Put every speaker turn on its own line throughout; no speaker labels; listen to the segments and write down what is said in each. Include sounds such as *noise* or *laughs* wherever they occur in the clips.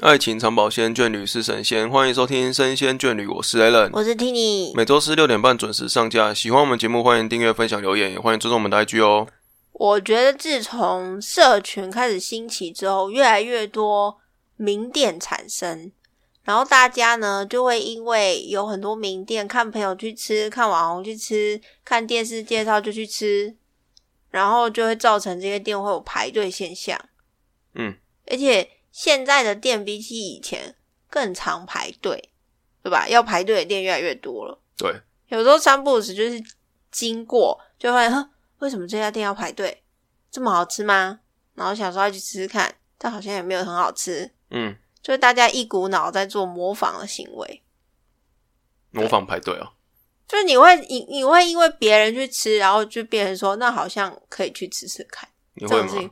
爱情长保鲜，眷侣是神仙。欢迎收听《生鲜眷侣》，我是 Allen。
我是 Tini，
每周四六点半准时上架。喜欢我们节目，欢迎订阅、分享、留言，也欢迎追踪我们的 IG 哦。
我觉得自从社群开始兴起之后，越来越多名店产生，然后大家呢就会因为有很多名店，看朋友去吃，看网红去吃，看电视介绍就去吃，然后就会造成这些店会有排队现象。
嗯，
而且现在的店比起以前更常排队，对吧？要排队的店越来越多了。
对，
有时候三不五时就是经过，就会哼，为什么这家店要排队？这么好吃吗？然后想说要去吃吃看，但好像也没有很好吃，
嗯，
就是大家一股脑在做模仿的行为，
模仿排队哦。
就是你会你你会因为别人去吃，然后就变成说那好像可以去吃吃看
你
这
会
种事情
吗？，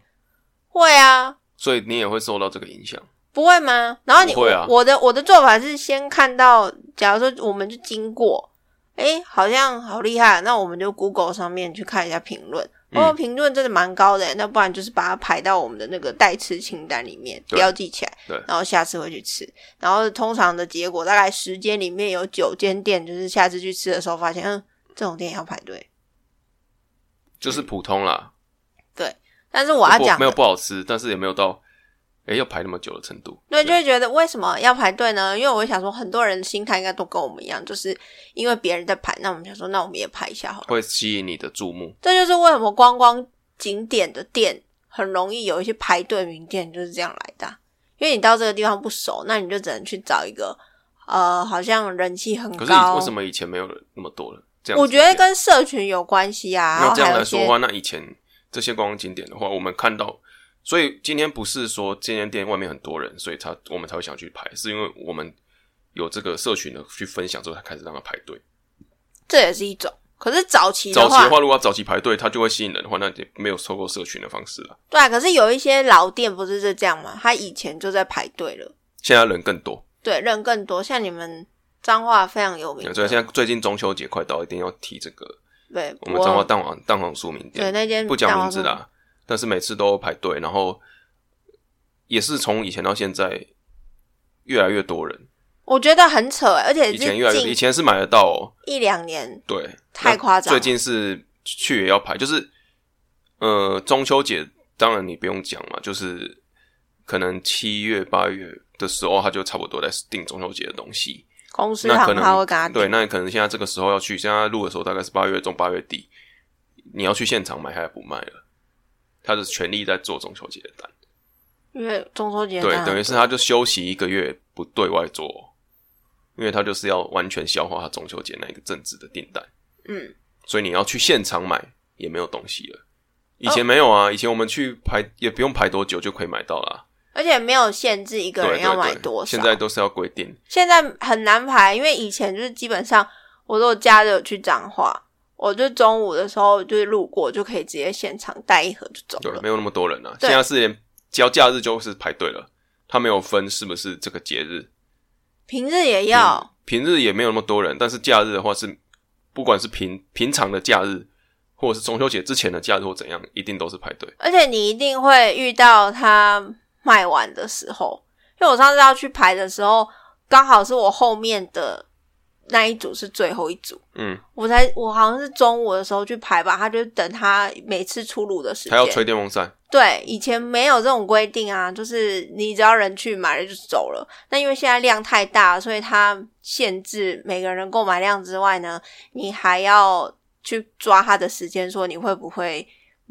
会啊，
所以你也会受到这个影响。
不会吗？然后你
不会啊
我我的我的做法是先看到，假如说我们就经过，诶，好像好厉害，那我们就 Google 上面去看一下评论。
嗯
哦，评论真的蛮高的，那不然就是把它排到我们的那个待吃清单里面，
对
标记起来，
对
然后下次会去吃。然后通常的结果大概十间里面有九间店，就是下次去吃的时候发现，嗯，这种店也要排队。
就是普通啦，
但是我要
不
讲的
没有不好吃，但是也没有到哎、要排那么久的程度。
对，就会觉得为什么要排队呢？因为我想说，很多人心态应该都跟我们一样，就是因为别人在排，那我们想说，那我们也排一下好了。
会吸引你的注目。
这就是为什么观光景点的店很容易有一些排队名店就是这样来的啊，因为你到这个地方不熟，那你就只能去找一个呃，好像人气很
可是
高。
以为什？么以前没有人那么多人？这样子
我觉得
的店
跟社群有关系啊。然
那
后
这样
还有
来
一
说的
些
话，那以前这些观光景点的话，我们看到，所以今天不是说这间店外面很多人，所以他我们才会想去排，是因为我们有这个社群的去分享之后，才开始让他排队。
这也是一种。可是早期
早
的
期
话，
的话，如果要早期排队，它就会吸引人的话，那就没有透过社群的方式了。
对啊，可是有一些老店不是是这样嘛？他以前就在排队了。
现在人更多，
对，人更多。像你们彰化非常有名
对
的，
所以现在最近中秋节快到，一定要提这个
对，
我们彰化蛋黄蛋黄酥名
对
店，
那间
不讲
蛋
名
黄
字
酥，
啦，但是每次都排队，然后也是从以前到现在越来越多人。
我觉得很扯欸，而且
以
是
前越来越，以
近
前是买得到、哦，
一两年
对，
太
那
夸张
最
了
近是去也要排，就是呃中秋节，当然你不用讲嘛，就是可能七月八月的时候，他就差不多在订中秋节的东西。
公司
那可
行
能
号会跟他
对，
订，
那你可能现在这个时候要去，现在录的时候大概是八月中八月底，你要去现场买，他也不卖了。他的全力在做中秋节的单，
因为中秋节
对
当，然
等于是他就休息一个月不对外做哦，因为他就是要完全消化他中秋节那一个正值的订单。
嗯，
所以你要去现场买也没有东西了。以
哦
前没有啊，以前我们去排也不用排多久就可以买到啦。
而且没有限制一个
对
人要
对
买
对
多少，
现在都是要规定，
现在很难排，因为以前就是基本上我如果假日有去彰化。我就中午的时候就是路过，就可以直接现场带一盒就走
对，
了。
没有那么多人啊。现
对
在是连只要假日就是排队了，他没有分是不是这个节日，
平日也要，
平日也没有那么多人，但是假日的话是，不管是平平常的假日，或者是中秋节之前的假日或怎样，一定都是排队。
而且你一定会遇到它卖完的时候，因为我上次要去排的时候，刚好是我后面的那一组是最后一组，
嗯，
我才我好像是中午的时候去排吧，他就等他每次出炉的时
还要吹
间。
电风扇，
对，以前没有这种规定啊，就是你只要人去买了就走了。那因为现在量太大，所以它限制每个人购买量之外呢，你还要去抓他的时间，说你会不会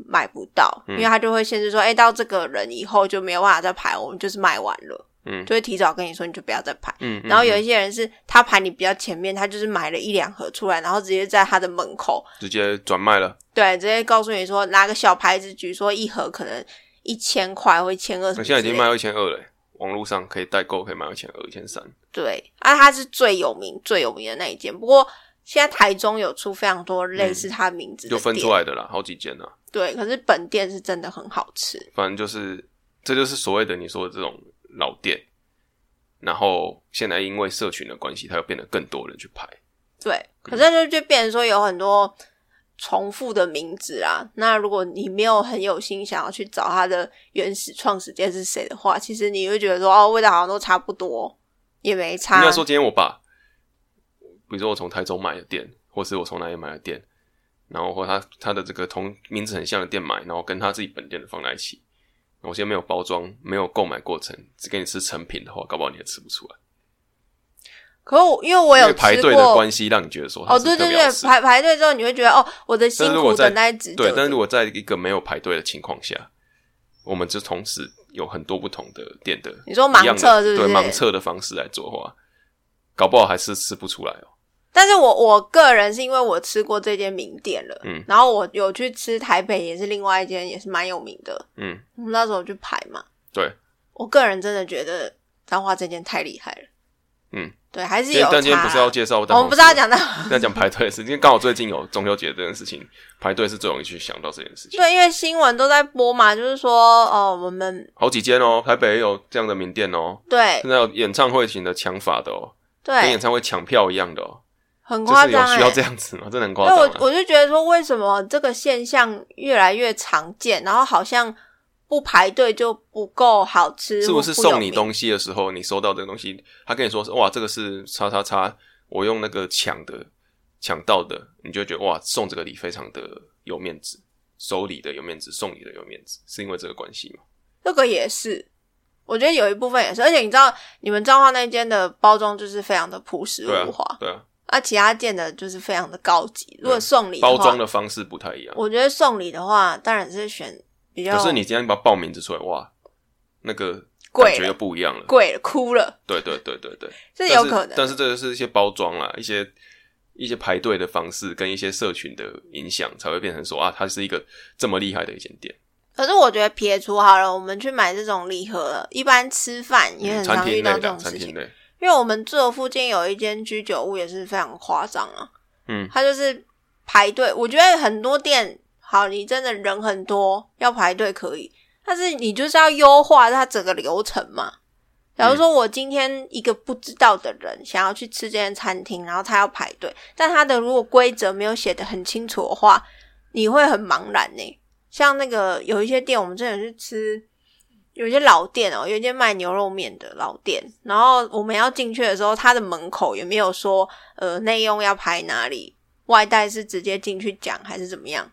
买不到，
嗯
因为他就会限制说，哎、到这个人以后就没有办法再排，我们就是卖完了，
嗯
就会提早跟你说，你就不要再排。
嗯，嗯
然后有
嗯
一些人是他排你比较前面，他就是买了一两盒出来，然后直接在他的门口，
直接转卖了，
对，直接告诉你说拿个小牌子举说一盒可能一千块或一千二，
那现在已经卖到一千二了欸，网络上可以代购可以卖到一千二、一千三。
对，啊，它是最有名最有名的那一间，不过。现在台中有出非常多类似它名字的
就嗯分
店
出来的啦，好几间啦。
对，可是本店是真的很好吃，
反正就是，这就是所谓的你说的这种老店。然后现在因为社群的关系，它又变得更多人去排。
对，可是就就变成说有很多重复的名字啊。那如果你没有很有心想要去找它的原始创始店是谁的话，其实你会觉得说哦，味道好像都差不多，也没差。
应该说，今天我把，比如说我从台中买的店，或是我从哪里买的店，然后或他他的这个同名字很像的店买，然后跟他自己本店的放在一起。我现在没有包装，没有购买过程，只给你吃成品的话，搞不好你也吃不出来。
可我因为我有
因为
吃
排队的
过
关系，让你觉得说它
哦，
是
对对
特别好
对，
吃
排排队之后你会觉得哦，我的辛
但是如
苦
果在
等待值
对
得。，
但是如果在一个没有排队的情况下，我们就同时有很多不同的店的，
你说盲
一样的
测是不是
对，盲测的方式来做的话，搞不好还是吃不出来哦。
但是我我个人是因为我吃过这间名店了，
嗯
然后我有去吃台北也是另外一间也是蛮有名的，
嗯，
我们那时候去排嘛，
对，
我个人真的觉得彰化这间太厉害了，
嗯，
对，还是
今天
有差。啊
但今天不是要介绍，
我们不是要，讲到 *laughs*
要讲排队的事情。因为刚好最近有中秋节这件事情，排队是最容易去想到这件事情。
对，因为新闻都在播嘛，就是说哦，我们
好几间哦，台北也有这样的名店哦，
对
现在有演唱会型的抢法的哦，跟演
对
唱会抢票一样的哦，
很
就
夸
是
张
有需要
哎、
这样子吗？真的很夸
所以
张
我
啊。
我就觉得说，为什么这个现象越来越常见，然后好像不排队就不够好吃，
是不是送你
东？
东西的时候，你收到这个东西，他跟你说是哇，这个是叉叉叉，我用那个抢的抢到的，你就会觉得哇，送这个礼非常的有面子，收礼的有面子，送礼的有面子，是因为这个关系吗？
这个也是，我觉得有一部分也是，而且你知道，你们彰化那间的包装就是非常的朴实
对啊
无华，，
对啊，
啊，其他店的就是非常的高级。如果送礼的话
包装的方式不太一样。
我觉得送礼的话，当然是选比较
可是你今天把它报名字出来，哇，那个感
贵
觉又
了，
不一样了。
贵了，哭了，
对对对对
*laughs*
对，
这
但
有
是
可能。
但是这个是一些包装啦，一些一些排队的方式跟一些社群的影响，才会变成说啊，它是一个这么厉害的一间店。
可是我觉得撇除好了，我们去买这种礼盒，一般吃饭也很
嗯餐
常遇
厅
到
类
这
的，
种
餐
事
厅
情。
类，
因为我们住的附近有一间居酒屋，也是非常夸张啊。
嗯
它就是排队，我觉得很多店好，你真的人很多要排队可以，但是你就是要优化它整个流程嘛。假
嗯
如说我今天一个不知道的人想要去吃这间餐厅，然后他要排队，但他的如果规则没有写的很清楚的话，你会很茫然呢、像那个有一些店，我们真的去吃，有一些老店哦、有一间卖牛肉面的老店，然后我们要进去的时候，它的门口也没有说呃内用要排哪里，外带是直接进去讲还是怎么样。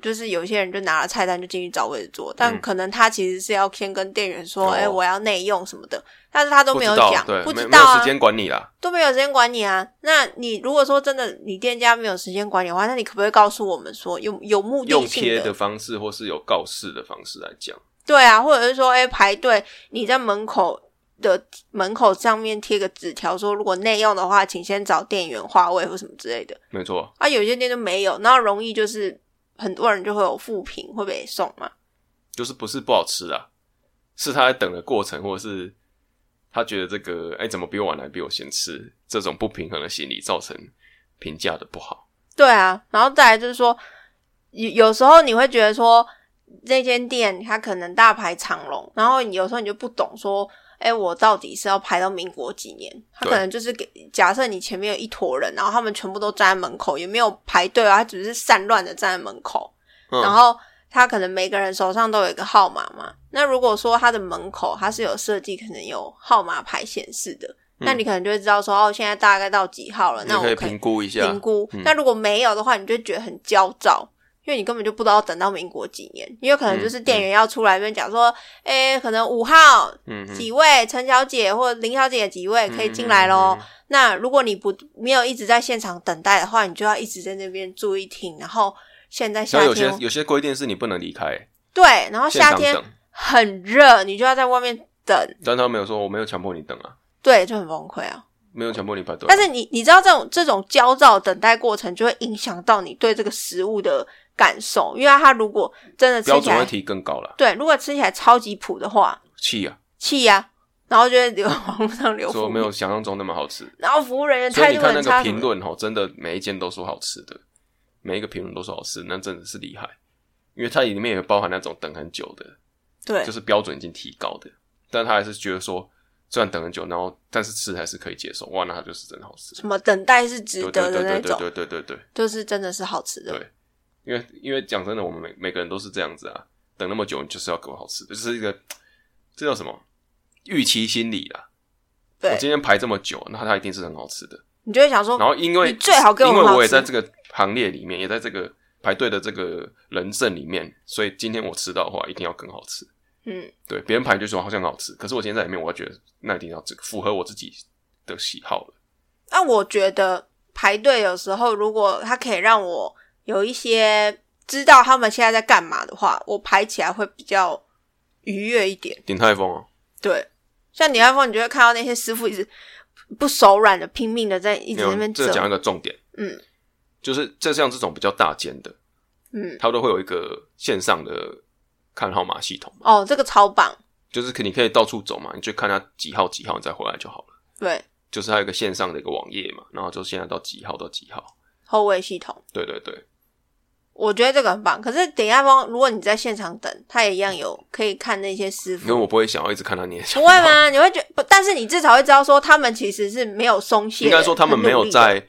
就是有些人就拿了菜单就进去找位置坐，但
嗯
可能他其实是要先跟店员说，
哦
哎、我要内用什么的，但是他都
不
没
知
有
道
讲，
对，
不
没
知
没
道
有
啊
时，间管你啦。
都没有时间管你啊。那你如果说真的你店家没有时间管理的话，那你可不可以告诉我们说有有目的
用
性
贴的方式或是有告示的方式来讲，
对啊，或者是说，哎、排队你在门口的门口上面贴个纸条说，如果内用的话，请先找店员划位或什么之类的。
没错，
啊，有些店就没有，那容易就是很多人就会有负评，会被送嘛。
就是不是不好吃啊，是他在等的过程，或者是他觉得这个哎、怎么比我晚来，比我先吃，这种不平衡的心理造成评价的不好。
对啊，然后再来就是说，有有时候你会觉得说那间店它可能大排长龙，然后你有时候你就不懂说，哎，我到底是要排到民国几年？他
对
可能就是给假设你前面有一坨人，然后他们全部都站在门口，也没有排队啊，他只是散乱的站在门口，
嗯
然后。他可能每个人手上都有一个号码嘛，那如果说他的门口它是有设计，可能有号码牌显示的，那你可能就会知道说哦，现在大概到几号
嗯
了，
你
那我
可以
可以
评估一下
评，估
嗯。
那如果没有的话，你就觉得很焦躁，因为你根本就不知道等到民国几年，因为可
嗯
能就是店员要出来那边讲说，哎、可能五号
嗯嗯
几位陈小姐或林小姐几位可以进来喽。
嗯嗯嗯
那如果你不没有一直在现场等待的话，你就要一直在那边注意听。然后现在夏
像有些
天，
有些规定是你不能离开，
对，然后
现
夏
场
天
等，
很热，你就要在外面等，
但他没有说我没有强迫你等啊，
对，就很崩溃啊。
没有强迫你排队啊。
但是你你知道这种这种焦躁等待过程，就会影响到你对这个食物的感受，因为它如果真的
标
吃起
准会
来，
提更高了，
对，如果吃起来超级普的话，
气啊，
气呀、然后就会流网络上流
说
负
没
面，
有想象中那么好吃。
然后服务人员
所以
态
你
度
看那
很
个
差什
评
么的，
论哈，真的每一间都说好吃的，每一个评论都说好吃，那真的是厉害，因为它里面也包含那种等很久的，
对
就是标准已经提高的，但他还是觉得说，虽然等很久，然后但是吃还是可以接受，哇，那它就是真的好吃，
什么等待是值
对
得
对
的
对
那
对
种，
对对对对对，
就是真的是好吃的
对。因为因为讲真的，我们每每个人都是这样子啊，等那么久，你就是要给我好吃的，这、就是一个这叫什么预期心理啦。
对
我今天排这么久，那它一定是很好吃的。
你就会想说，
然后因为
哦你最好给我
因为
很好
我也
吃
在这个行列里面，也在这个排队的这个人阵里面，所以今天我吃到的话，一定要更好吃。
嗯，
对，别人排就说好像很好吃，可是我今天在里面，我要觉得那一定要这个符合我自己的喜好了。
那我觉得排队有时候，如果它可以让我有一些知道他们现在在干嘛的话，我排起来会比较愉悦一点。
鼎泰丰哦，
对，像李爱峰，你就会看到那些师傅一直不手软的拼命的在一直
没
在那
有，啊
边
这讲
折
一，个重点，
嗯
就是这像这种比较大间的，
嗯，
它都会有一个线上的看号码系统嘛，
哦，这个超棒，
就是可你可以到处走嘛，你去看它几号几号，你再回来就好了。
对，
就是它有一个线上的一个网页嘛，然后就现在到几号到几号，
后卫系统。
对对对，
我觉得这个很棒，可是等一下方，如果你在现场等，他也一样有可以看那些师
因为
傅，
我不会想要一直看它捏脚，
不会？吗？你会觉不？但是你至少会知道说他们其实是没有松懈
*laughs*
的，
应该说他们没有
很努力的，
在，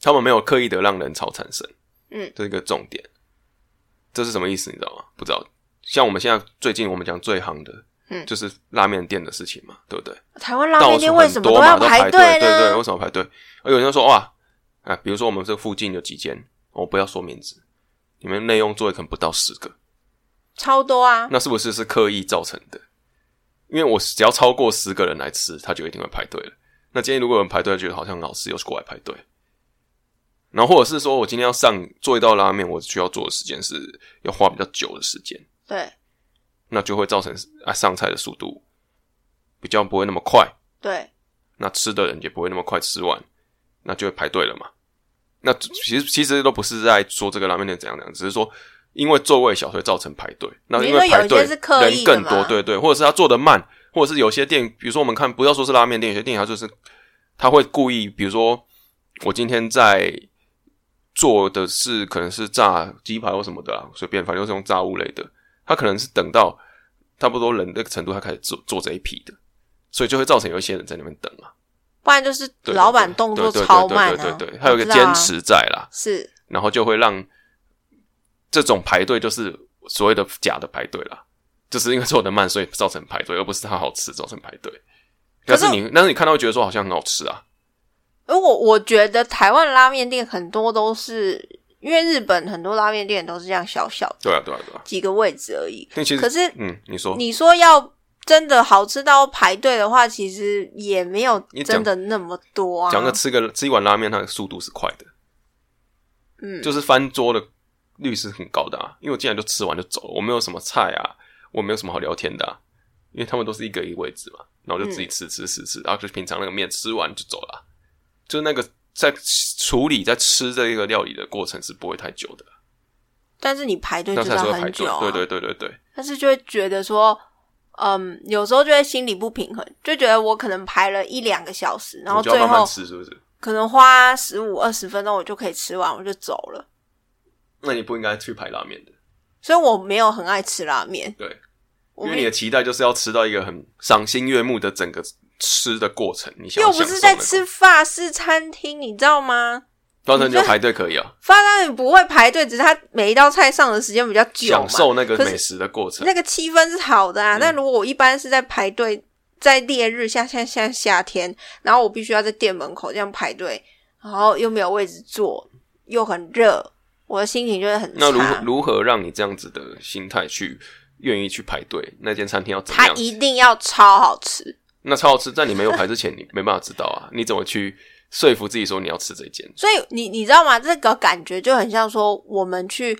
他们没有刻意的让人潮产生，
嗯，
这是一个重点。这是什么意思？你知道吗？不知道。像我们现在最近我们讲最行的，
嗯
就是拉面店的事情嘛，对不对？
台湾拉
到
面
处
店为什
很
么
多嘛
要
都
排
排
队
对对，
呢
为？什么排队？而有人说哇，啊，比如说我们这附近有几间，哦我不要说名字，你们内用座位可能不到十个，
超多啊！
那是不是是刻意造成的？因为我只要超过十个人来吃，他就一定会排队了。那今天如果有人排队，觉得好像很好吃，又是过来排队。然后或者是说我今天要上做一道拉面，我需要做的时间是要花比较久的时间，
对
那就会造成啊上菜的速度比较不会那么快，
对，
那吃的人也不会那么快吃完，那就会排队了嘛。那其实其实都不是在说这个拉面店怎样怎样，只是说因为座位小，所以造成排队。那因为排
你说
队
有些是刻
人
意的嘛
更多，对对，或者是他做的慢，或者是有些店，比如说我们看，不要说是拉面店，有些店它就是他会故意，比如说我今天在做的是可能是炸鸡排或什么的啦，随便，反正就是用炸物类的，他可能是等到差不多人的程度，他开始做做这一批的，所以就会造成有一些人在那边等啊。
不然就是
对
老板动作超慢
对对
啊，
对对对对对他有一个
我知道
坚
啊，
持在啦，
是
然后就会让这种排队就是所谓的假的排队啦，就是因为做的慢，所以造成排队，而不是它好吃造成排队。
可
但
是
是你，但是你看到会觉得说好像很好吃啊，
如果我觉得台湾拉面店很多都是，因为日本很多拉面店都是这样小小的
对啊，对啊，对啊。
几个位置而已。
但其实，
可是
嗯，你说
你说要真的好吃到排队的话，其实也没有
你讲
真的那么多啊。
讲个吃个吃一碗拉面，它的速度是快的，
嗯，
就是翻桌的率是很高的啊。因为我进来就吃完就走了，我没有什么菜啊，我没有什么好聊天的、啊，因为他们都是一个一个位置嘛，然后就自
嗯
己吃吃吃吃，然后就平常那个面吃完就走了啊、就是那个在处理在吃这一个料理的过程是不会太久的，
但是你排队
那
就
才
要
是会排
很
队
久、。啊，
对对对对对，
但是就会觉得说，嗯，有时候就会心里不平衡，就觉得我可能排了一两个小时，然后
你就
最
要
后
慢慢吃是不是？
可能花十五二十分钟我就可以吃完，我就走了。
那你不应该去排拉面的，
所以我没有很爱吃拉面，
对，
我
因
没
为你的期待就是要吃到一个很赏心悦目的整个吃的过程，你想要
又不
享
是
受
在
那个
吃法式餐厅，你知道吗？
当然你就排队可以啊，
法式餐厅不会排队，只是它每一道菜上的时间比较久
享，
嘛
受那个
可是
美食的过程。
那个气氛是好的啊。
嗯
但如果我一般是在排队，在烈日下，像像夏天，然后我必须要在店门口这样排队，然后又没有位置坐，又很热，我的心情就会很
那如
差。
如何让你这样子的心态去愿意去排队？那间餐厅要怎么
它
样？
一定要超好吃，
那超好吃，在你没有排之前，你没办法知道啊。你怎么去说服自己说你要吃这间？
所以你你知道吗？这个感觉就很像说我们去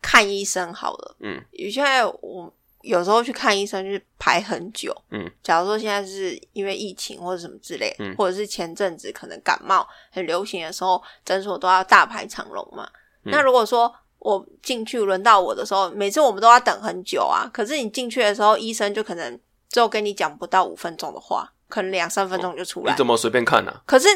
看医生好了。
嗯，
有现在我有时候去看医生就是排很久。
嗯，
假如说现在是因为疫情或者什么之类，
嗯
或者是前阵子可能感冒很流行的时候，诊所都要大排长龙嘛。
嗯
那如果说我进去轮到我的时候，每次我们都要等很久啊。可是你进去的时候，医生就可能只有跟你讲不到五分钟的话，可能两三分钟就出来
哦你
了。
怎么随便看呢、啊？
可是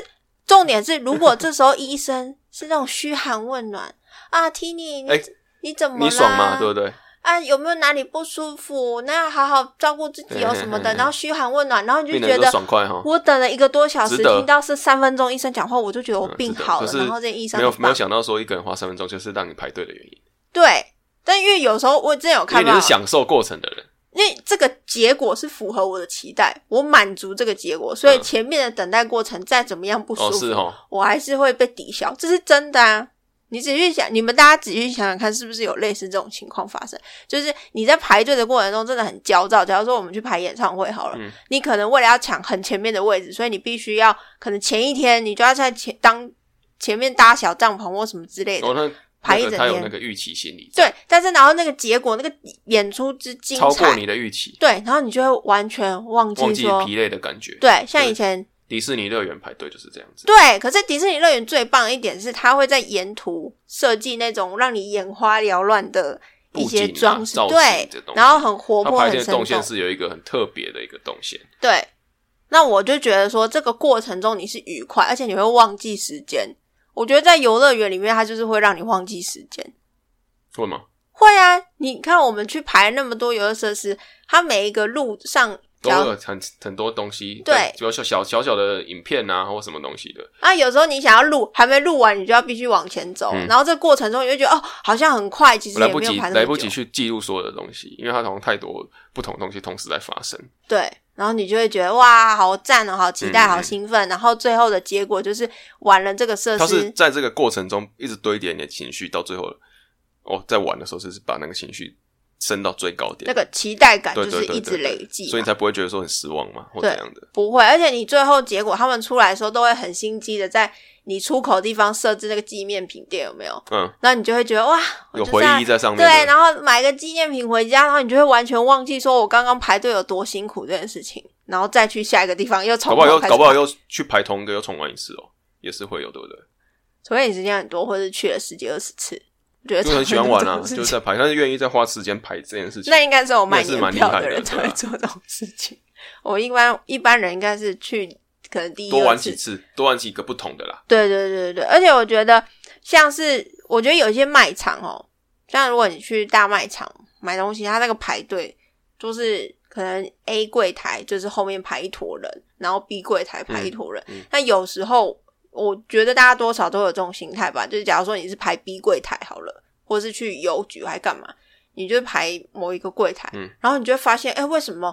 重点是，如果这时候医生是那种嘘寒问暖啊，Tini，你、
哎
你怎么啦
你爽吗？对不对？
啊有没有哪里不舒服，那要好好照顾自己哦
对
什么
*laughs*
的，
对
然后嘘寒问暖，然后你就
病
觉
人都
得
爽快哈，
我等了一个多小时，
值得
听到是三分钟医生讲话，我就觉得我
嗯
病
值得
好
可
了，
是
然后这医生
没有
很
没有
棒
想到说一个人花三分钟就是让你排队的原因，
对，但因为有时候我真的有
因为
看
你
到啊
是，享受过程的人，
因为这个结果是符合我的期待，我满足这个结果，所以
嗯
前面的等待过程再怎么样不舒
哦
服，
是哈，
我还是会被抵消，这是真的啊。你仔细想，你们大家仔细想想看，是不是有类似这种情况发生？就是你在排队的过程中真的很焦躁。假如说我们去排演唱会好了，
嗯
你可能为了要抢很前面的位置，所以你必须要可能前一天你就要在前当前面搭小帐篷或什么之类的。
然后哦那
排一
那个
整
他有
天
那个预期心理，
对，但是然后那个结果，那个演出之精
超过
彩，
你的预期，
对，然后你就会完全忘记
忘记
说，
疲累的感觉。
对，像以
对
前
迪士尼乐园排队就是这样子，
对，可是迪士尼乐园最棒一点是，它会在沿途设计那种让你眼花缭乱的一些
布景啊
装饰，
造型
对
这东，西
然后很活
它
泼，
排
很
线
生
动线
动，
是有一个很特别的一个动线，
对。那我就觉得说，这个过程中你是愉快，而且你会忘记时间。我觉得在游乐园里面，它就是会让你忘记时间。
会吗？
会啊，你看我们去排那么多游乐设施，它每一个路上，
都
假
会
如
有很很多东西，
对
比如说小小小的影片啊，或什么东西的，
啊，有时候你想要录，还没录完，你就要必须往前走，
嗯
然后这过程中你就觉得哦，好像很快，其实
来
也
不
没有
及
排那么久，
来不及去记录所有的东西，因为它好像太多不同的东西同时在发生。
对，然后你就会觉得哇，好赞哦，好期待，
嗯
好兴奋。然后最后的结果就是玩了这个设
它是
施，
在这个过程中一直堆叠你的情绪，到最后哦，在玩的时候是把那个情绪升到最高点，
那个期待感
对
就
对
是
对
一直
对对
累积嘛，
所以你才不会觉得说很失望嘛，或
对
怎样的。嗯
不会。而且你最后结果他们出来的时候，都会很心机的在你出口地方设置那个纪念品店，有没有？
嗯，
然后你就会觉得哇，我
有
哦就
回
在
忆在上面
对，啊
的，
然后买个纪念品回家，然后你就会完全忘记说我刚刚排队有多辛苦这件事情，然后再去下一个地方又从
搞不好
头
又
开始
搞不好
排
又去排同一个又重玩一次哦，也是会有，对不对？
除非你时间很多，或者去了十几二十次，我觉得
就很喜欢
常常
玩
这种 *laughs*
啊，
事
就是
情
在排，但是愿意再花时间排这件事情
那。应该是有买
那是
年
蛮厉
票
害
的
的
人才
对
会
啊
做这种事情。我一般一般人应该是去可能第一
多
二
玩
次
几次，多玩几个不同的啦。
对对对对对，而且我觉得像是我觉得有一些卖场哦，像如果你去大卖场买东西，它那个排队就是可能 A 柜台就是后面排一坨人，然后 B 柜台排一坨人。
嗯嗯
那有时候我觉得大家多少都有这种心态吧，就是假如说你是排 B 柜台好了，或是去邮局还干嘛，你就排某一个柜台，
嗯
然后你就会发现，哎，为什么？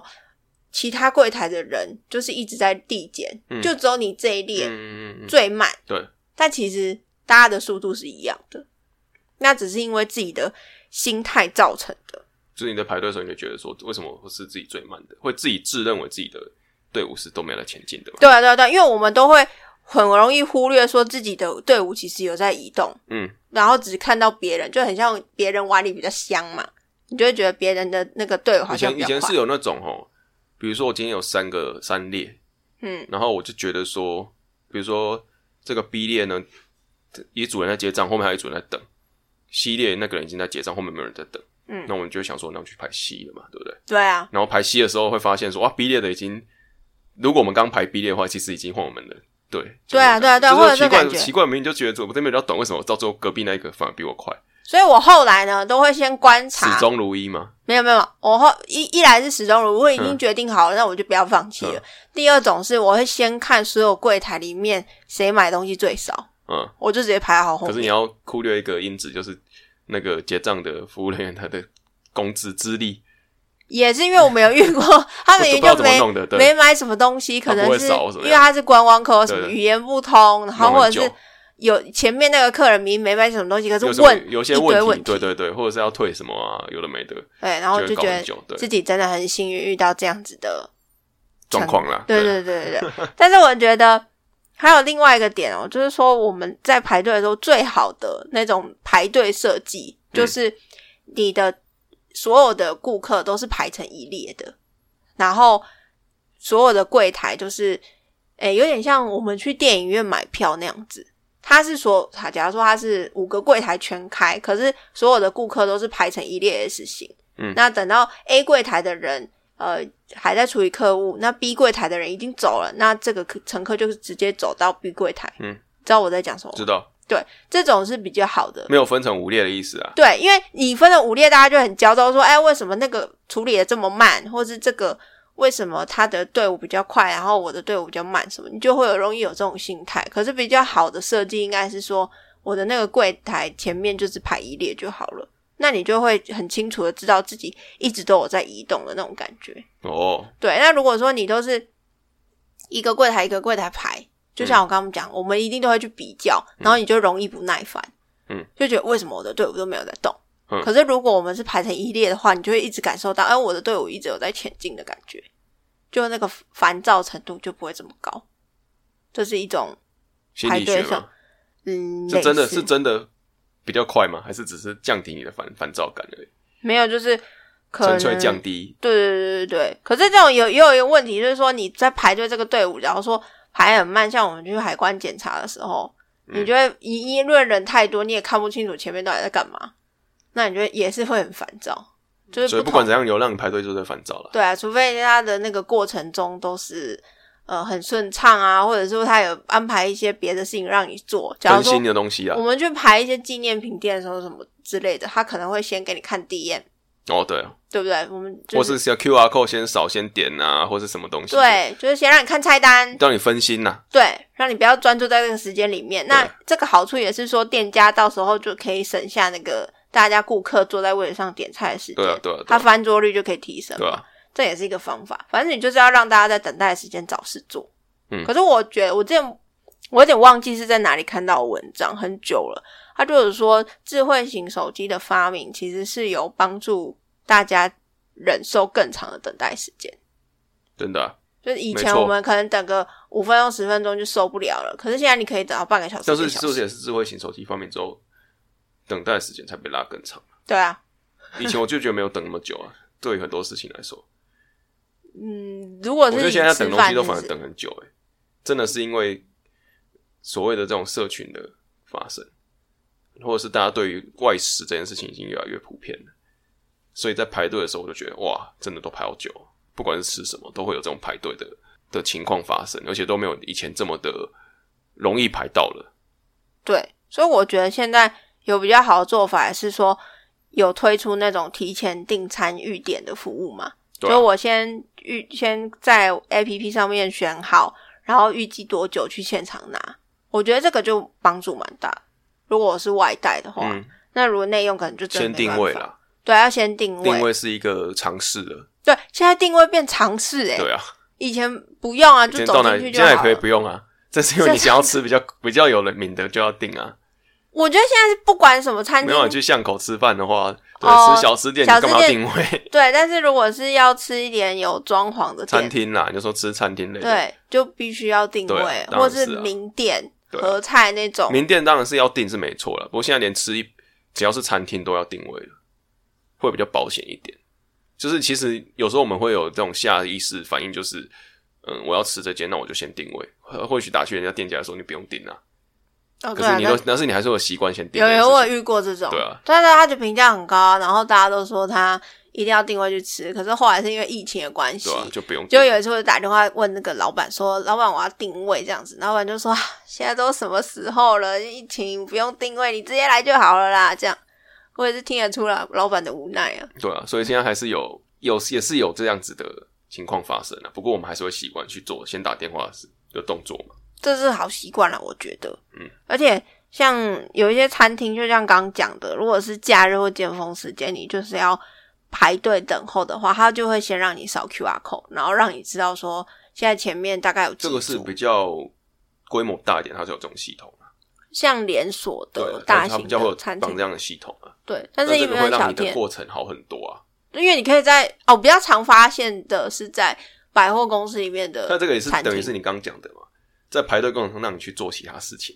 其他柜台的人就是一直在递减，
嗯
就只有你这一列
嗯嗯嗯，
最慢，
对。
但其实大家的速度是一样的，那只是因为自己的心态造成的。
就是你在排队的时候，你就觉得说，为什么我是自己最慢的？会自己自认为自己的队伍是都没有在前进的嘛？
对啊，对啊，对啊，因为我们都会很容易忽略说自己的队伍其实有在移动，
嗯，
然后只看到别人，就很像别人碗里比较香嘛，你就会觉得别人的那个队伍好
以
像
前以
比较
前
快
是。有那种哦，比如说我今天有三个三列，
嗯，
然后我就觉得说，比如说这个 B 列呢，一组人在结账，后面还有一组人在等；C 列那个人已经在结账，后面没有人在等。
嗯
那我们就会想说，那我们去排 C 了嘛，对不对？
对啊，
然后排 C 的时候会发现说，哇，B 列的已经，如果我们刚排 B 列的话，其实已经换我们了。对，
对啊
就是那种
对啊对啊
就是
会有这
奇怪
感觉
奇怪，明明就觉得我这边比较短，为什么到最后隔壁那一个反而比我快？
所以我后来呢都会先观
始
察，
终如一嘛，
没有没有，我后一一来是始终如一，我已经
嗯
决定好了，那我就不要放弃了。第二种是我会先看所有柜台里面谁买东西最少，
嗯。
我就直接排好后
可是你
面。
要忽略一个因子，就是那个结账的服务人员他的工资资历，
也是因为我没有遇
*laughs*
过，他
不
们
不
也
知道
就
怎么
没
弄的，对。
没买什么东西，可
他不
能
会
是
少怎
因
么样
为他是观光客，什么
对对
语言不通，然后
弄
或
很
者是
久
有前面那个客人明明没买什么东西，可
有
是
什么
问
有些
一堆
题，
问题
对对对，或者是要退什么啊，有的没的，
对，哎然后就
就会搞
觉
很久
得
对
自己真的很幸运遇到这样子的
状况啦。
对对对对对。但是我觉得还有另外一个点哦，就是说我们在排队的时候，最好的那种排队设计，就是你的所有的顾客都是排成一列的，然后所有的柜台就是，诶，哎有点像我们去电影院买票那样子。它是所，它假如说它是五个柜台全开，可是所有的顾客都是排成一列的事情。
嗯
那等到 A 柜台的人，呃，还在处理客户，那 B 柜台的人已经走了，那这个客乘客就是直接走到 B 柜台。
嗯，
知道我在讲什么吗？
知道
对，这种是比较好的。
没有分成五列的意思啊。
对，因为你分了五列，大家就很焦躁，说：“哎，为什么那个处理的这么慢，或是这个为什么他的队伍比较快，然后我的队伍比较慢，什么？”你就会有容易有这种心态。可是比较好的设计应该是说，我的那个柜台前面就是排一列就好了，那你就会很清楚的知道自己一直都有在移动的那种感觉。
哦，
对，那如果说你都是一个柜台一个柜台排，就
嗯
像我刚刚讲，我们一定都会去比较，然后你就容易不耐烦，
嗯，
就觉得为什么我的队伍都没有在动？
嗯
可是如果我们是排成一列的话，你就会一直感受到，哎，我的队伍一直有在前进的感觉，就那个烦躁程度就不会这么高。这是一种，
心理学
排队上
吗？
嗯，
是真的
类似
是真的比较快吗？还是只是降低你的烦烦躁感而已？
没有，就是可能
纯粹降低
对对对对对。可是这种有也有一个问题，就是说你在排队这个队伍，然后说排很慢，像我们去海关检查的时候，
嗯
你就会一因为人太多，你也看不清楚前面到底在干嘛，那你就会也是会很烦躁，就是
嗯所以不
同
管怎样，有让你排队就是在烦躁了。
对啊，除非他的那个过程中都是。呃，很顺畅啊，或者是他有安排一些别的事情让你做。假如
分
说
心的东西啊
我，们去排一些纪念品店的时候，什么之类的，他可能会先给你看 DM，
哦对啊，
对不对？我们
或
就是
是要 QR code 先扫先点啊，或是什么东西，，
对，就是先让你看菜单，
让你分心呐。
对，让你不要专注在这个时间里面。那
对
这个好处也是说，店家到时候就可以省下那个大家顾客坐在位置上点菜的时间，
对啊对啊对
它
啊
翻桌率就可以提升嘛。
对啊，
这也是一个方法。反正你就是要让大家在等待的时间找事做。
嗯
可是我觉得我之前我有点忘记是在哪里看到的文章，很久了。它就是说，智慧型手机的发明其实是有帮助大家忍受更长的等待时间。
真的啊。
就是以
没
前
错
我们可能等个五分钟、十分钟就受不了了，可是现在你可以等到半个小时。
但是
一个
是
小
不是
时
也是智慧型手机方面之后，等待时间才被拉更长？
对啊，
以前我就觉得没有等那么久啊，对于很多事情来说，
嗯，如果
我
是
觉得
你
现在等
吃
东
饭
西都
是
反而
不是
等很久、欸，真的是因为所谓的这种社群的发生，或者是大家对于外食这件事情已经越来越普遍了，所以在排队的时候，我就觉得哇，真的都排好久，不管是吃什么，都会有这种排队的的情况发生，而且都没有以前这么的容易排到了。
对，所以我觉得现在有比较好的做法是说，有推出那种提前订餐预点的服务嘛，
对啊
所以我先预先在 A P P 上面选好，然后预计多久去现场拿，我觉得这个就帮助蛮大的。如果我是外带的话，
嗯，
那如果内用可能就真的
先
没
定
办
位
法，
啦，
对，要先定位，
定位是一个尝试了，
对，现在定位变常识哎、
对啊，
以前不用啊，就
今天
走
到哪
进
里现
去就好
在
了。
也可以不用啊，这是因为你想要吃比较比较有人名的就要定啊。
我觉得现在是不管什么餐
没有，你
厅，
去巷口吃饭的话，对，
哦
吃小吃店你
小吃
干嘛要
店
定位
对，但是如果是要吃一点有装潢的
餐
店，
厅啦？你就说吃餐厅类的，
对，就必须要定
对
位，
当然
或是
是啊
名店、
对啊
合菜那种。
名店当然是要定是没错了，不过现在连吃一只要是餐厅都要定位了，会比较保险一点。就是其实有时候我们会有这种下意识反应，就是嗯，我要吃这间，那我就先定位。或或许打去人家店家的时候，你不用定啊，
哦，
可
对啊
是你
那
都，但是你还是有习惯先定
有
位这件事
有
情。
我有遇过这种，
对啊
但是他就评价很高啊，然后大家都说他一定要定位去吃，可是后来是因为疫情的关系
对，啊，就不用定
就有一次我打电话问那个老板说：“老板，我要定位这样子。”老板就说啊：“ *sighs* 现在都什么时候了，疫情不用定位，你直接来就好了啦。”这样我也是听得出来老板的无奈啊。
对啊，所以现在还是有有也是有这样子的情况发生啊。不过我们还是会习惯去做先打电话的动作嘛。
这是好习惯啊了，我觉得。
嗯，
而且像有一些餐厅，就像刚讲的，如果是假日或尖峰时间，你就是要排队等候的话，他就会先让你扫 QR code，然后让你知道说现在前面大概有几
这个是
组
比较规模大一点，它就有这种系统啊
像连锁的
对，啊
大
它
型
比较会有
的餐
绑
厅
这，样的系统啊。
对，但
那
是
这
因
个
为
会让
小
你的
店，
过程好很多啊。
因为你可以在哦，比较常发现的是在百货公司里面呃的餐厅，
那这个也是等于是你刚讲的嘛，在排队过程中让你去做其他事情，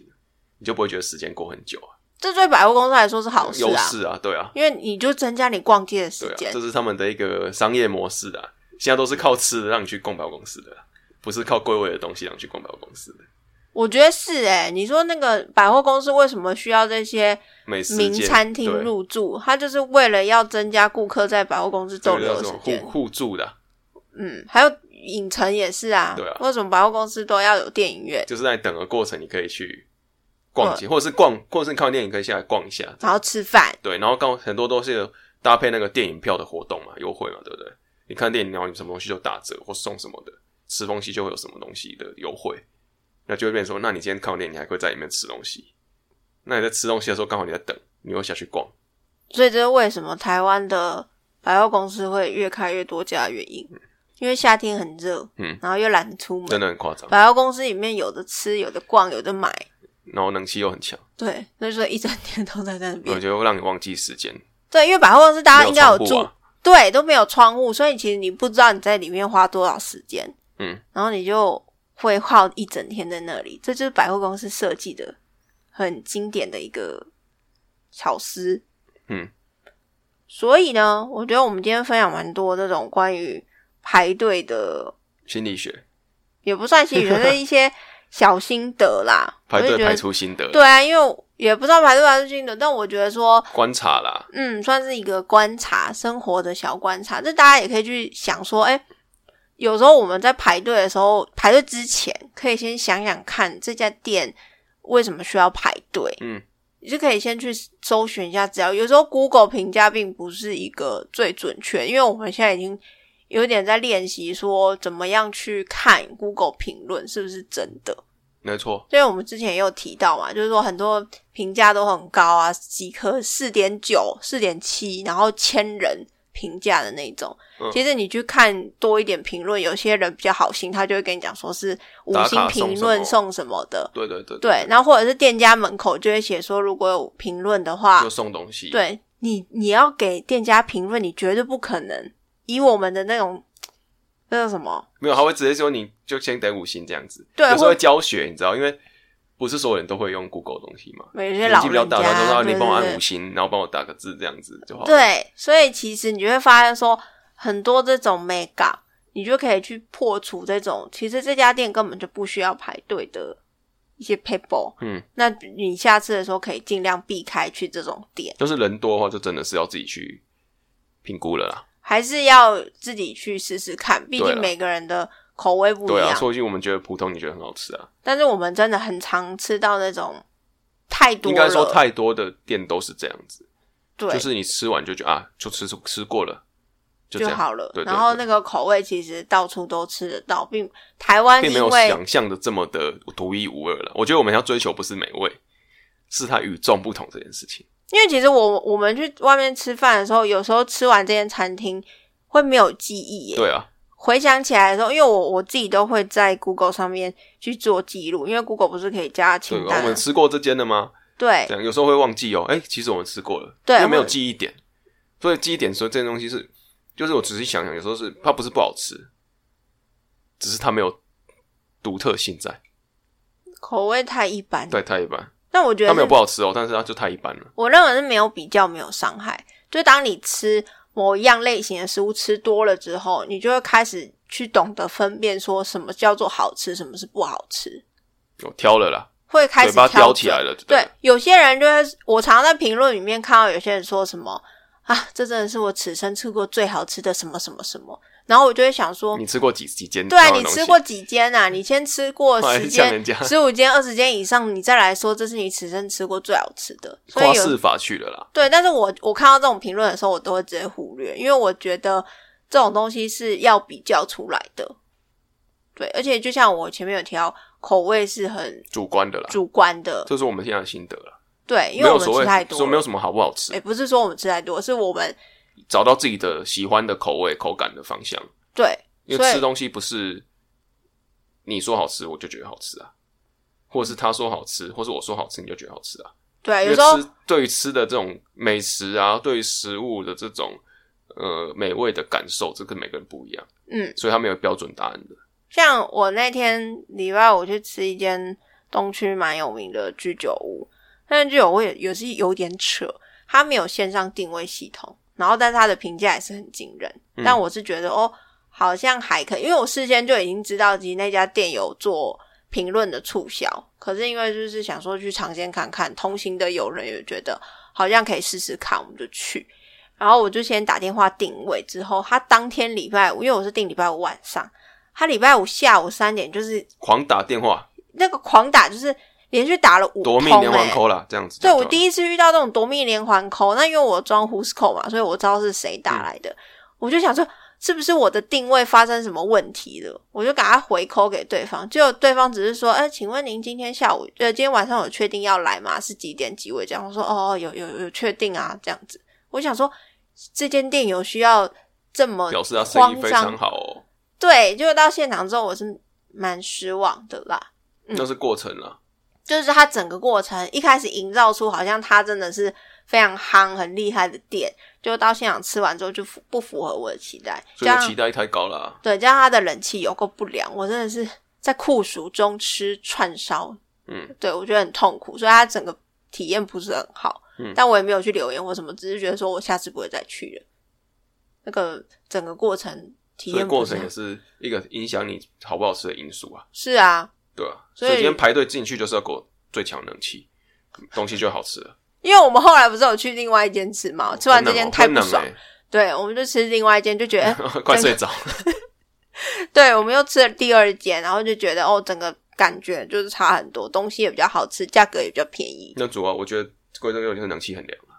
你就不会觉得时间过很久啊。
这对百货公司来说是好事
优
啊，
势啊，对啊，
因为你就增加你逛街的
对
时
啊，
间
这。是他们的一个商业模式啊。现在都是靠吃的让你去逛百货公司的啊，不是靠柜位的东西让你去逛百货公司的。
我觉得是哎、你说那个百货公司为什么需要这些
美食
名
街
餐厅
对
入驻？它就是为了要增加顾客在百货公司逗
这个
留
叫
的
什
时
么
间
互。互助的啊、
嗯，还有影城也是啊，
对啊
为什么百货公司都要有电影院？
就是在等的过程，你可以去逛
嗯
街，或者是逛，或者是你看完电影可以下来逛一下。
然后吃饭，
对，然后刚好很多都是搭配那个电影票的活动嘛，优惠嘛，对不对？你看电影，然后有什么东西就打折或送什么的，吃东西就会有什么东西的优惠，那就会变成说，那你今天看完电影，你还会在里面吃东西。那你在吃东西的时候，刚好你在等，你又下去逛，
所以这是为什么台湾的百货公司会越开越多家的原因，因为夏天很热，
嗯，
然后又懒得出门，
真的很夸张。
百货公司里面有的吃，有的逛，有的买，
然后能气又很强，
对，所以说一整天都在那
我
边。
哦就让你忘记时间。
对，因为百货公司大家应该有
没有
住，
窗户啊
对，都没有窗户，所以其实你不知道你在里面花多少时间，
嗯，
然后你就会耗一整天在那里。这就是百货公司设计的很经典的一个巧思。
嗯，
所以呢，我觉得我们今天分享蛮多这种关于排队的，
心理学
也不算心理学，是一些小心得啦。
*laughs* 排
我
队
就觉
排
得
出心得，
对啊，因为也不知道排队排出心得，但我觉得说，
观察啦，
嗯，算是一个观察生活的小观察。这大家也可以去想说，哎、有时候我们在排队的时候，排队之前可以先想想看这家店为什么需要排队，
嗯，
你就可以先去搜寻一下资料。有时候 Google 评价并不是一个最准确，因为我们现在已经有点在练习说怎么样去看 Google 评论是不是真的。
没错，
因为我们之前也有提到嘛，就是说很多评价都很高啊，几颗四点九、四点七，然后千人评价的那种。
嗯
其实你去看多一点评论，有些人比较好心，他就会跟你讲说是五
打
星
卡送
评
什么
论送什么的，
对对对，
对。然后或者是店家门口就会写说，如果有评论的话
就，送东西，，
啊对你你要给店家评论，你绝对不可能以我们的那种那叫什么
没有，他会直接说你就先得五星这样子，
对
有时候
或
会教学，你知道，因为不是所有人都会用 Google 的东西嘛，
有些
年
老
纪比较
人家，
大，他都说啊
对
你帮我
对对
按五星，然后帮我打个字这样子就好，，
对，所以其实你就会发现说，很多这种美感，你就可以去破除这种其实这家店根本就不需要排队的一些 people。
嗯，
那你下次的时候可以尽量避开去这种店，
就是人多的话，就真的是要自己去评估了啦，
还是要自己去试试看，毕
对
竟
啦
每个人的口味不一
对啊，
样。
说不定我们觉得普通，你觉得很好吃啊，
但是我们真的很常吃到那种太多
应
了，
该说太多的店都是这样子，
对，
就是你吃完就觉得啊，就吃吃过了，就
就
这样
好了。
对对
然后
对
那个口味其实到处都吃得到，并台湾
并没
因
有
为
想象的这么的独一无二了。我觉得我们要追求不是美味，是它与众不同这件事情。
因为其实我我们去外面吃饭的时候，有时候吃完这间餐厅会没有记忆耶。
对啊，
回想起来的时候，因为我我自己都会在 Google 上面去做记录，因为 Google 不是可以加
对
清
啊，
单
我
吗
们？吃过这间的吗？
对
这样有时候会忘记哦。哎、其实我们吃过了，
对
因为没有
我
记忆点，所以记忆点说这件东西是，就是我仔细想想，有时候是它不是不好吃，只是它没有独特性在。
口味太一般。
对，太一般，
但我觉
它
得
没有
是
不好吃哦，但是它就太一般了。
我认为是没有比较，没有伤害。就当你吃某一样类型的食物吃多了之后，你就会开始去懂得分辨，说什么叫做好吃，什么是不好吃，
我挑了啦，
会开
嘴
始
巴
挑
叼起
起来。
来了，就
对
了，
有些人就会，我常常在评论里面看到有些人说什么啊，这真的是我此生吃过最好吃的什么什么什么，然后我就会想说，
你吃过几几间？
对啊，
同
你
样的东
吃
西
过几
*laughs*
间啊？你先吃过
后来
十
呛
间
人、家
十五间、二十间以上，你再来说这是你此生吃过最好吃的。所
夸
以有
饰法去了啦。
对，但是我我看到这种评论的时候，我都会直接忽略，因为我觉得这种东西是要比较出来的。对，而且就像我前面有提到，口味是很
主观的啦，
主观的，
这是我们现在的心得了，
对，因
没
为我
有
们
所
吃
谓
太多
说
了哎
没有什么好不好吃
也、，不是说我们吃太多，是我们
找到自己的喜欢的口味、口感的方向。
对，
因
所
为
以
吃东西不是你说好吃我就觉得好吃啊，或者是他说好吃，或是我说好吃你就觉得好吃啊。
对，
因
有
为
时候
吃对于吃的这种美食啊，对于食物的这种呃美味的感受，这跟每个人不一样，
嗯，
所以他没有标准答案的。
像我那天礼拜五去吃一间东区蛮有名的居酒屋，但是居酒屋也也是有点扯，它没有线上定位系统，然后但是它的评价也是很惊人，
嗯
但我是觉得哦，好像哦还可以，因为我事先就已经知道其实那家店有做评论的促销，可是因为就是想说去尝鲜看看，同行的友人也觉得好像可以试试看，我们就去。然后我就先打电话定位，之后他当天礼拜五，因为我是定礼拜五晚上，他礼拜五下午三点就是
狂打电话，
那个狂打，就是连续打了五
夺
通、
命连环
欸
扣啦，这样子。
对我
一
第一次遇到这种夺命连环扣，那因为我装 Who's Call 嘛，所以我知道是谁打来的。
嗯
我就想说，是不是我的定位发生什么问题了？我就赶快回扣给对方，结果对方只是说：“哎、请问您今天下午，呃，今天晚上有确定要来吗？是几点几位？”这样我说：“哦，有有有确定啊。”这样子，我想说，这间店有需要这么
表示他生意
慌
非
张
常好哦，
对，结果到现场之后，我是蛮失望的啦。嗯
那是过程啦。
就是它整个过程一开始营造出好像它真的是非常夯、很厉害的店，就到现场吃完之后就符不符合我的期待，
所以
加
我期
上
待太高啦。
对加上它的人气有够不良，我真的是在酷暑中吃串烧，
嗯，
对我觉得很痛苦，所以它整个体验不是很好。
嗯
但我也没有去留言或什么，只是觉得说我下次不会再去了。那个整个过程体
所以
验
过
不是
程
很
也是一个影响你好不好吃的因素啊，
是啊，
对吧、
所
所
以
以今天排队进去就是要给我最强人气，嗯东西就好吃了。
因为我们后来不是有去另外一间吃嘛，吃完这间太
很
不
冷哦
爽，对，我们就吃另外一间，就觉得
*laughs*
哎
很冷欸快睡着。
对，我们又吃了第二间，然后就觉得哦，整个感觉就是差很多，东西也比较好吃，价格也比较便宜。
那主要啊我觉得贵州就是冷气很凉啊，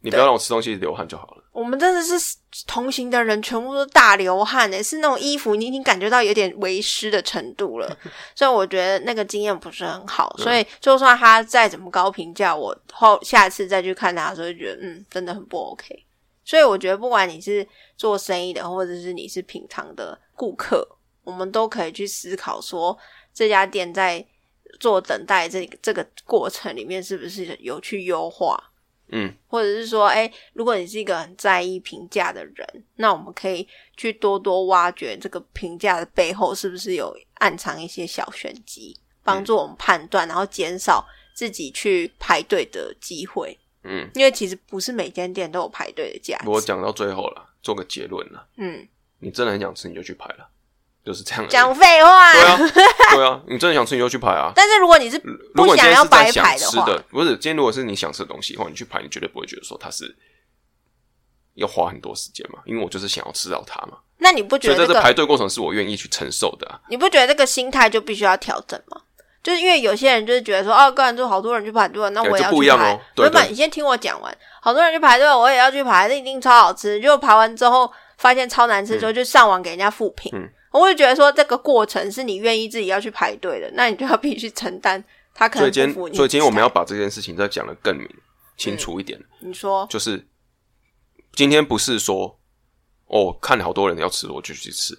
你不
对
要让我吃东西流汗就好了。
我们真的是同行的人全部都大流汗诶，是那种衣服你已经感觉到有点为湿的程度了，所以我觉得那个经验不是很好。所以就算他再怎么高评价，我后下次再去看他的时候，就觉得嗯，真的很不 OK。所以我觉得，不管你是做生意的，或者是你是平常的顾客，我们都可以去思考说，这家店在做等待这这个过程里面，是不是有去优化？
嗯，
或者是说，哎、如果你是一个很在意评价的人，那我们可以去多多挖掘这个评价的背后是不是有暗藏一些小玄
嗯
机，帮助我们判断，然后减少自己去排队的机会。
嗯，
因为其实不是每间店都有排队的价
我
值。
讲到最后了，做个结论了，
嗯，
你真的很想吃你就去排了，就是这样而已。
讲废话。
对啊，对啊，你真的想吃你就去排啊。
但是如果你是
如
不
果你今
想
天
要
是在
白
想
排的
吃
话，
的，不是今天如果是你想吃的东西的话，你去排，你绝对不会觉得说它是要花很多时间嘛，因为我就是想要吃到它嘛，
那你不觉
所以
得
在
这
这
个
排队过程是我愿意去承受的、啊。
你不觉得这个心态就必须要调整吗？就是因为有些人就是觉得说，哦，个人做好多人去排队，那
对
我也要
这不一
去
样
排
哦。对
不是
对
你先听我讲完。好多人去排队，我也要去排，这一定超好吃。结果排完之后发现超难吃，之后就上网给人家复评。
嗯
我就觉得说，这个过程是你愿意自己要去排队的，那你就要必须承担他可
所
能
以今
不
天，
服你。
所以今天我们要，把这件事情再讲的更明清楚一点，
你说
就是今天不是说哦，看好多人要吃我就去吃，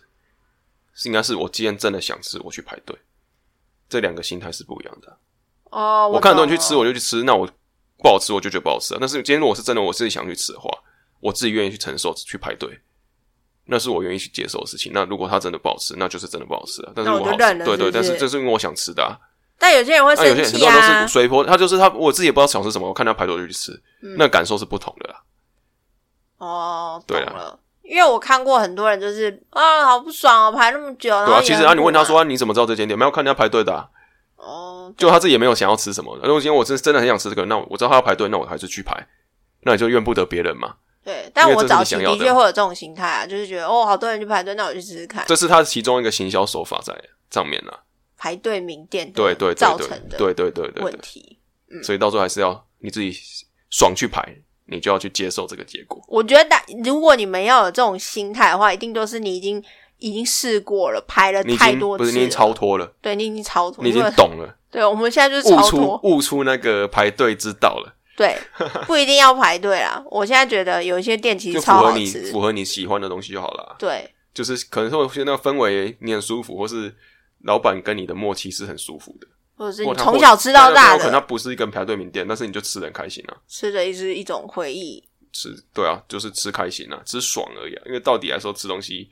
是应该是我今天真的想吃我去排队，这两个心态是不一样的啊。
哦，
我看很多人去
懂
吃，
了
我就去吃，那我不好吃，我就觉得不好吃啊。但是今天如果是真的我自己想去吃的话，我自己愿意去承受去排队，那是我愿意去接受的事情。那如果它真的不好吃，那就是真的不好吃啊。但是
那
如果
我就
好吃
认了
对对，
是不
但
是
是这是因为我想吃的啊。
但有些人会
那有些人很
生气
多人
啊
都是，随波，他就是他我自己也不知道想吃什么，我看他排队我就去吃，
嗯
那感受是不同的啊啦。
哦，懂
对啊
了。因为我看过很多人就是啊，好不爽哦，排那么久，然
对
后
啊，
也
其实
很
啊，你问
不
他
满
说、啊、你怎么知道这间店？没有看人家排队的、啊，
哦，
就他自己也没有想要吃什么。如果今天我真真的很想吃这个，那我知道他要排队，那我还是去排，那你就怨不得别人嘛。
对，但
因为
我
这是你
早期
想
的
要的
确会有这种心态啊，就是觉得哦，好多人去排队，那我去试试看。
这是他其中一个行销手法在上面啊啦。
排队名店的
对对对
造
对
成的
对对对对
问
对，
题，
所以到最后还是要你自己爽去排，你就要去接受这个结果。
我觉得如果你们要有这种心态的话，一定都是你已经已经试过了，排了
你已
呃太
经
多
不
次了，
是你已经超脱了，
对你已经超脱，
你已经
因为
懂了，
对，我们现在 *laughs* 就是
悟
超
出
脱，
悟出那个排队之道了， *laughs*
对，不一定要排队啦。我现在觉得有一些店其
就
实
符
超
合
好
你
吃，
符合你喜欢的东西就好了。啊
对
就是可能说现在氛围你很舒服，或是老板跟你的默契是很舒服的。
或者是
或
你
他
从小吃到大
或者可能它
的，
不是一个排队名店，但是你就吃的很开心啊。
吃的是一种回忆。
吃，对啊，就是吃开心啊，吃爽而已啊。因为到底来说，吃东西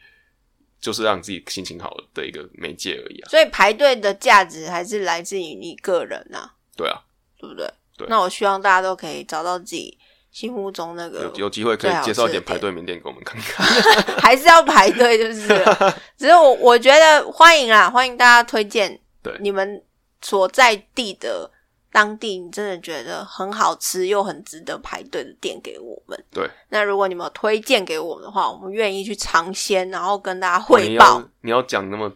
就是让自己心情好的一个媒介而已啊。
所以排队的价值还是来自于你个人呐、
对啊，
对不对？
对
那我希望大家都可以找到自己心目中那个
有，有机会可
最好
以介绍一
吃的
点排队名店给我们看看。
*laughs* 还是要排
*laughs*
队，就是了只是我我觉得欢迎啦，欢迎大家推荐
对
你们所在地的当地，你真的觉得很好吃又很值得排队的店给我们。
对，
那如果你们有推荐给我们的话，我们愿意去尝鲜，然后跟大家
你
汇报。
要你要讲那么，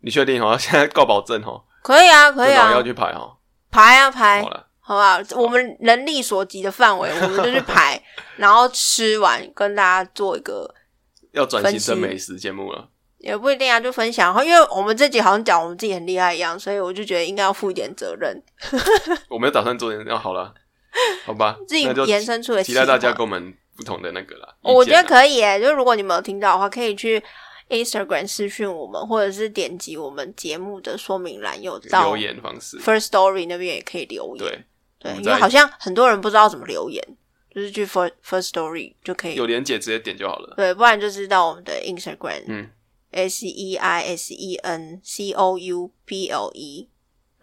你确定哦？现在告保证哦， *laughs*
可以啊，可以
真的哦
啊
要，去排哦。
排啊排
好，了，
好不好？我们能力所及的范围，我们就去
*laughs*
排，然后吃完跟大家做一个，
要转型成
分析
美食节目了。
也不一定啊，就分享。因为我们这集好像讲我们自己很厉害一样，所以我就觉得应该要负一点责任，
我没有打算做点，要好了，好吧，
*laughs* 自己
那就
延伸出的
期待大家
计划
给我们不同的那个啦。
我
意
觉
见啦啊
得可以耶，就如果你们有听到的话，可以去 Instagram 私讯我们，或者是点击我们节目的说明栏，有到
留言方式，
First Story 那边也可以留言。
对，
对，
我们
因为
在
好像很多人不知道怎么留言，就是去 First First Story 就可以
有。连姐直接点就好了。
对，不然就是到我们的 Instagram，
嗯
，S E I S E N C O U B L E，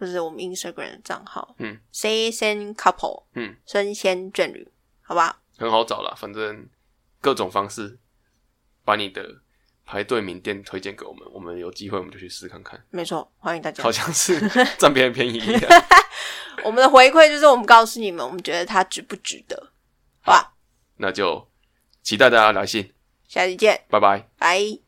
就是我们 Instagram 的账号，
嗯
，C 仙 couple，
嗯，
生鲜眷侣，好吧？
很好找啦，反正各种方式把你的排队名店推荐给我们，我们有机会我们就去试看看，
没错，欢迎大家
好。像是占别人便宜一样。
我们的回馈就是我们告诉你们，我们觉得它值不值得。好吧，
那就期待大家来信，
下期见，
拜拜。
拜。